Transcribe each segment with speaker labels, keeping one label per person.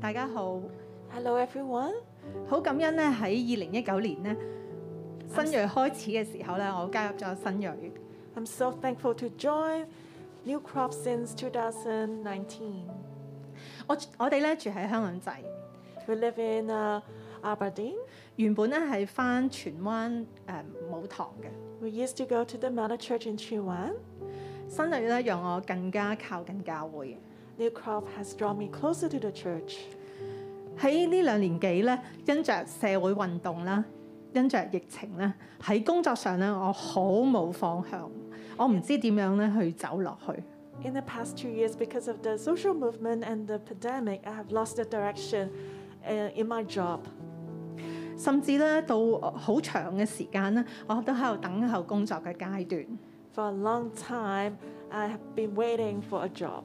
Speaker 1: 大家好，
Speaker 2: Hello, everyone.
Speaker 1: 好感恩咧喺二零一九年咧新锐開始嘅時候咧，我加入咗新锐。
Speaker 2: I'm so thankful to join New Crop since 2019.
Speaker 1: 我我哋咧住喺香港仔，
Speaker 2: We live in uh, Aberdeen.
Speaker 1: 原本咧係翻荃灣誒、呃舞堂嘅。
Speaker 2: We used to go to the Mother Church in Chiwan.
Speaker 1: 新锐咧讓我更加靠近教會。
Speaker 2: New Crop has drawn me closer to the church.
Speaker 1: 喺呢兩年幾咧，因着社會運動啦，因着疫情咧，喺工作上咧，我好冇方向，我唔知點樣咧去走落去。
Speaker 2: In the past two years, because of the social movement and the pandemic, I have lost the direction uh, in my job.
Speaker 1: 甚至咧到好長嘅時間咧，我都喺度等候工作嘅階段。
Speaker 2: For a long time, I have been waiting for a job.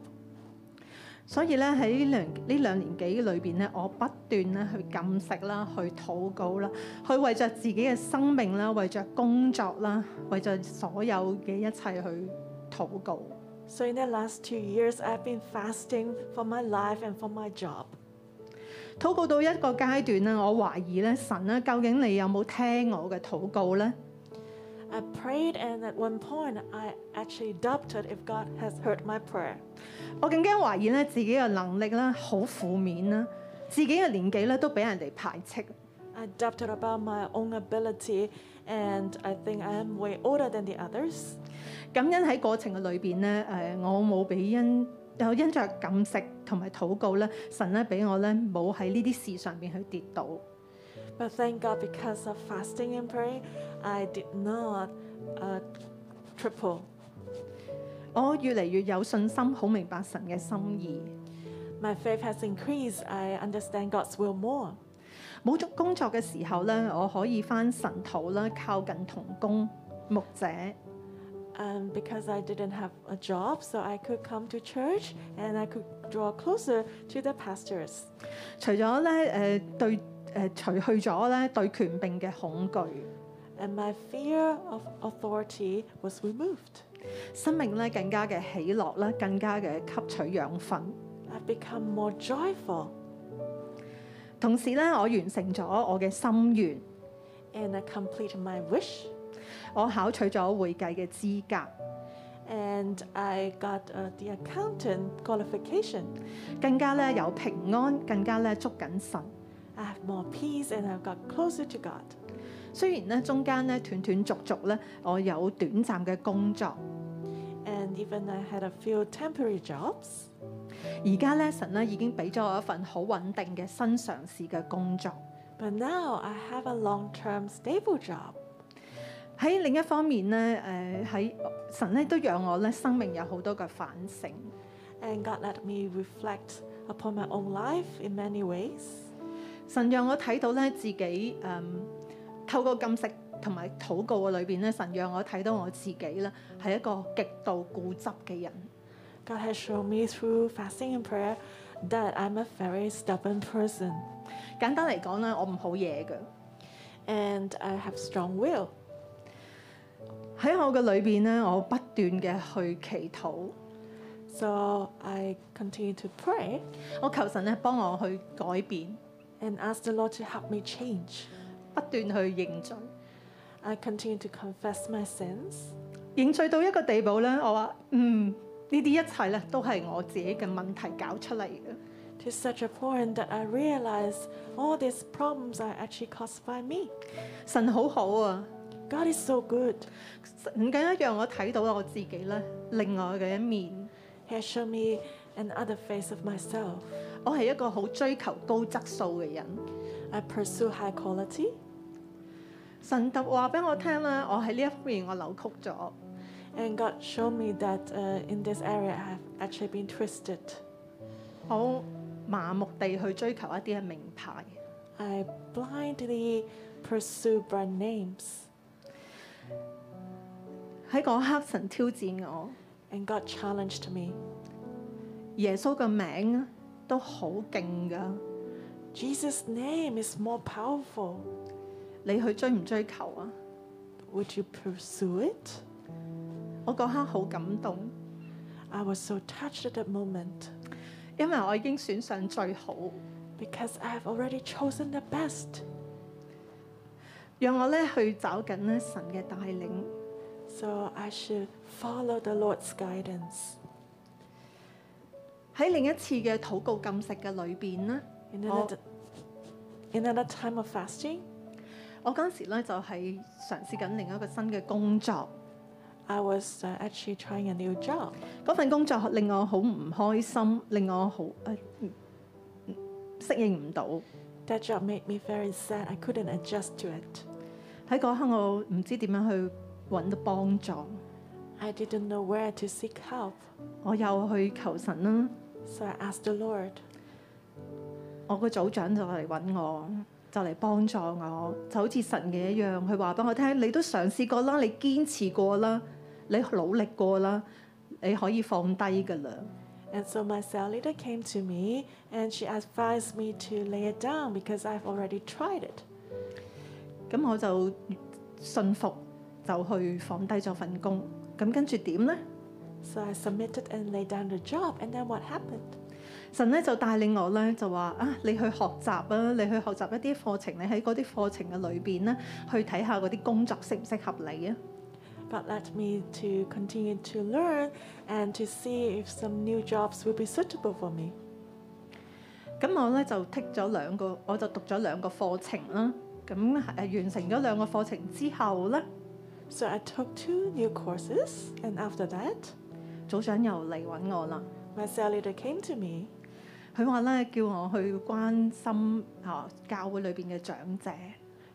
Speaker 1: 所以咧喺呢兩呢兩年幾裏邊咧，我不斷咧去禁食啦，去禱告啦，去為着自己嘅生命啦，為着工作啦，為着所有嘅一切去禱告。
Speaker 2: So, in the last two years, I've been fasting for my life and for my job.
Speaker 1: 禱告到一個階段咧，我懷疑咧神咧，究竟你有冇聽我嘅禱告咧？
Speaker 2: I prayed, and at one point, I actually doubted if God has heard my prayer.
Speaker 1: 我更加懷疑咧自己嘅能力啦，好負面啦，自己嘅年紀咧都俾人哋排斥。
Speaker 2: I doubted about my own ability, and I think I am way older than the others.
Speaker 1: 感恩喺過程嘅裏邊咧，誒、我冇俾因有因着感食同埋禱告咧，神咧俾我咧冇喺呢啲事上邊去跌倒。
Speaker 2: But thank God, because of fasting and praying, I did not uh, triple.
Speaker 1: 我越嚟越有信心，好明白神嘅心意。
Speaker 2: My faith has increased. I understand God's will more.
Speaker 1: 冇咗工作嘅時候咧，我可以翻神土啦，靠近童工牧者。
Speaker 2: And Um, because I didn't have a job, so I could come to church and I could draw closer to the pastors.
Speaker 1: 除咗咧誒對誒、除去咗咧對權柄嘅恐懼，
Speaker 2: And my fear of authority was removed.
Speaker 1: 生命咧更加嘅喜樂啦，更加嘅吸取養分。
Speaker 2: I've become more joyful
Speaker 1: 同時咧，我完成咗我嘅心願。
Speaker 2: and I complete my wish.
Speaker 1: 我考取咗會計嘅資格，
Speaker 2: And I got uh, the accountant qualification.
Speaker 1: 更加咧有平安，更加咧捉緊神。
Speaker 2: I have more peace and I've got closer to God.
Speaker 1: 雖然咧中間咧斷斷續續咧，我有短暫嘅工作，
Speaker 2: And even I had a few temporary jobs.
Speaker 1: 而家咧神咧已經俾咗我一份好穩定嘅新嘗試嘅工作。
Speaker 2: But now I have a long term stable job.
Speaker 1: 喺另一方面咧，誒喺神咧都讓我咧生命有好多嘅反省。
Speaker 2: And God let me reflect upon my own life in many ways.
Speaker 1: 神讓我睇到咧自己誒、嗯透過禁食同埋禱告嘅裏邊咧，神讓我睇到我自己咧係一個極度固執嘅人。
Speaker 2: God has shown me through fasting and prayer that I'm a very stubborn person
Speaker 1: 簡單嚟講咧，我唔好嘢嘅。
Speaker 2: and I have strong will.
Speaker 1: 喺我嘅裏邊咧，我不斷嘅去祈禱，
Speaker 2: So I continue to pray
Speaker 1: 我求神咧幫我去改變，
Speaker 2: and ask the Lord to help me change.
Speaker 1: 不斷去認罪，
Speaker 2: I continue to confess my sins.
Speaker 1: 認罪到一個地步咧，我話嗯呢啲一切咧都係我自己嘅問題搞出嚟嘅。
Speaker 2: To such a point that I realize all these problems are actually caused by me.
Speaker 1: 神好好啊，
Speaker 2: God is so good.
Speaker 1: 神更加讓我睇到我自己咧另外嘅一面。
Speaker 2: He has shown me another face of myself.
Speaker 1: 我係一個好追求高質素嘅人。
Speaker 2: I pursue high quality,
Speaker 1: 神特話俾我聽啦，我喺呢一方面我扭曲咗。
Speaker 2: and God showed me that uh, in this area I have actually been twisted.
Speaker 1: 好麻木地去追求一啲嘅名牌。
Speaker 2: I blindly pursue brand names,
Speaker 1: 喺嗰刻，神挑戰我，
Speaker 2: and God challenged me.
Speaker 1: 耶穌嘅名都好勁噶，
Speaker 2: Jesus' name is more powerful.
Speaker 1: 你去追唔追求啊？
Speaker 2: Would you pursue it?
Speaker 1: 我嗰刻好感動，
Speaker 2: I was so touched at that moment
Speaker 1: 因為我已經選上最好，
Speaker 2: because I have already chosen the best.
Speaker 1: 讓我咧去找緊咧神嘅帶領。
Speaker 2: So I should follow the Lord's guidance.
Speaker 1: 喺另一次嘅禱告禁食嘅裏邊咧，
Speaker 2: In
Speaker 1: Oh.
Speaker 2: another, in another time of fasting,
Speaker 1: 我嗰陣時咧就係嘗試緊另一個新嘅工作。
Speaker 2: I was uh, actually trying a new job.
Speaker 1: 嗰份工作令我好唔開心，令我好誒、呃嗯嗯適應唔到。
Speaker 2: That job made me very sad. I couldn't adjust to it.
Speaker 1: 喺嗰刻我唔知點樣去揾到幫助，
Speaker 2: I didn't know where to seek help.
Speaker 1: 我又去求神啦。
Speaker 2: So I asked the Lord.
Speaker 1: 我個組長就嚟揾我，就嚟幫助我，就好似神嘅一樣，佢話俾我聽：你都嘗試過啦，你堅持過啦，你努力過啦，你可以放低㗎啦。
Speaker 2: And so my cell leader came to me and she advised me to lay it down because I've already tried it.
Speaker 1: 咁我就信服，就去放低咗份工。咁跟住點呢？
Speaker 2: So I submitted and laid down the job. And then what happened?
Speaker 1: 神咧就帶領我咧就話啊，你去學習啊，你去學習一啲課程，你喺嗰啲課程嘅裏邊咧，去睇下嗰啲工作適唔適合你啊。
Speaker 2: God led me to continue to learn and to see if some new jobs would be suitable for me.
Speaker 1: 咁我咧就剔咗兩個，我就讀咗兩個課程啦。咁誒、呃完成咗兩個課程之後咧，
Speaker 2: So I took two new courses. And after that,
Speaker 1: 組長又嚟揾我啦。
Speaker 2: my cell leader came to me
Speaker 1: 佢話咧叫我去關心啊教會裏邊嘅長者。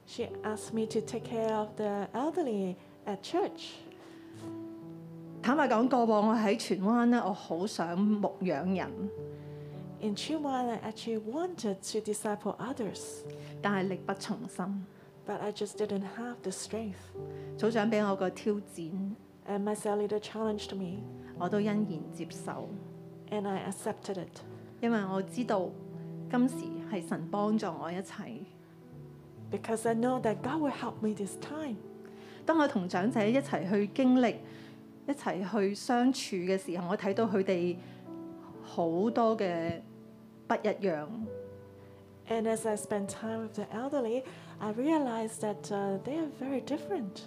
Speaker 2: She asked me to take care of the elderly at church.
Speaker 1: 坦白講，過往我喺荃灣咧，我好想牧養人，
Speaker 2: In Chihuahua, I actually wanted to disciple others,
Speaker 1: 但係力不從心。
Speaker 2: but I just didn't have the strength.
Speaker 1: 組長俾我個挑戰，
Speaker 2: And my cell leader challenged me,
Speaker 1: 我都欣然接受，
Speaker 2: and I accepted it
Speaker 1: 因為我知道今時係神幫助我一齊。
Speaker 2: because I know that God will help me this time.
Speaker 1: 當我同長者一齊去經歷、一齊去相處嘅時候，我睇到佢哋好多嘅不一樣。
Speaker 2: And as I spent time with the elderly, I realized that uh, they are very different.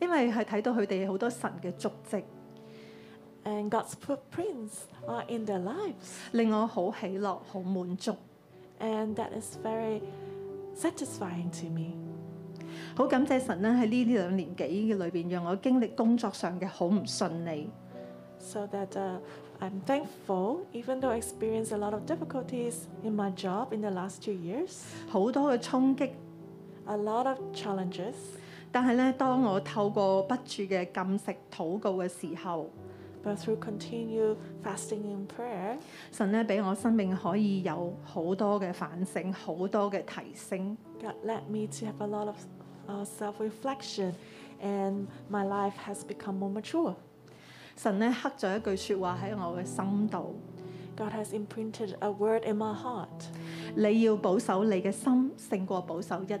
Speaker 1: 因為係睇到佢哋好多神嘅足跡，
Speaker 2: And God's footprints are in their lives.
Speaker 1: 令我好喜樂、好滿足，
Speaker 2: And that is very satisfying to me.
Speaker 1: 好感謝神咧！喺呢兩年幾嘅裏邊，讓我經歷工作上嘅好唔順利，
Speaker 2: so that uh, I'm thankful, even though I experienced a lot of difficulties in my job in the last two years,
Speaker 1: 好多嘅衝擊。
Speaker 2: a lot of challenges.
Speaker 1: 但係咧，當我透過不住嘅禁食禱告嘅時候，
Speaker 2: But through continued fasting and prayer,
Speaker 1: 神咧俾我生命可以有好多嘅反省，好多嘅提升。
Speaker 2: God led me to have a lot of uh, self reflection, and my life has become more mature.
Speaker 1: 神咧刻咗一句説話喺我嘅心度：
Speaker 2: God has imprinted a word in my heart
Speaker 1: 你要保守你嘅心，勝過保守一切，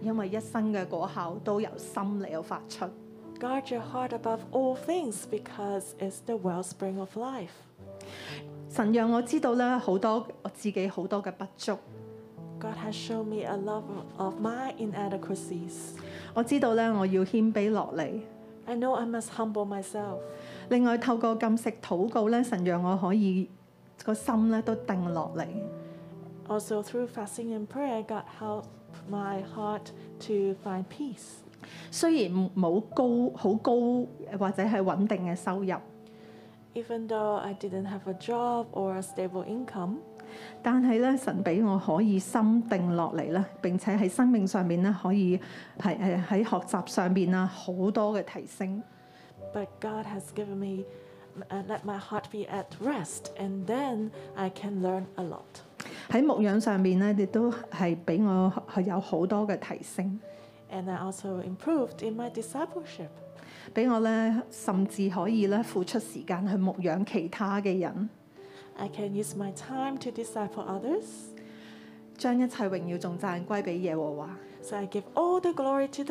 Speaker 1: 因為一生嘅果效都由心嚟到發出。
Speaker 2: guard your heart above all things because it's the wellspring of life.
Speaker 1: 神讓我知道咧好多我自己好多嘅不足，
Speaker 2: God has shown me a love of my inadequacies.
Speaker 1: 我知道咧我要謙卑落嚟。
Speaker 2: I know I must humble myself.
Speaker 1: 另外透過禁食禱告咧，神讓我可以個心咧都定落嚟。
Speaker 2: Also, through fasting and prayer, God helped my heart to find peace.
Speaker 1: 雖然冇高好高或者係穩定嘅收入，
Speaker 2: Even though I didn't have a job or a stable income,
Speaker 1: 但係咧神俾我可以心定落嚟啦，並且喺生命上面咧可以係誒喺學習上面啊好多嘅提升。
Speaker 2: but God has given me, uh, let my heart be at rest, and then I can learn a lot.
Speaker 1: 喺牧養上面咧，亦都係俾我係有好多嘅提升，
Speaker 2: And I also improved in my discipleship.
Speaker 1: 俾我咧甚至可以咧付出時間去牧養其他嘅人，
Speaker 2: I can use my time to disciple others.
Speaker 1: 將一切榮耀仲讚歸俾耶和華。
Speaker 2: So I give all the glory to the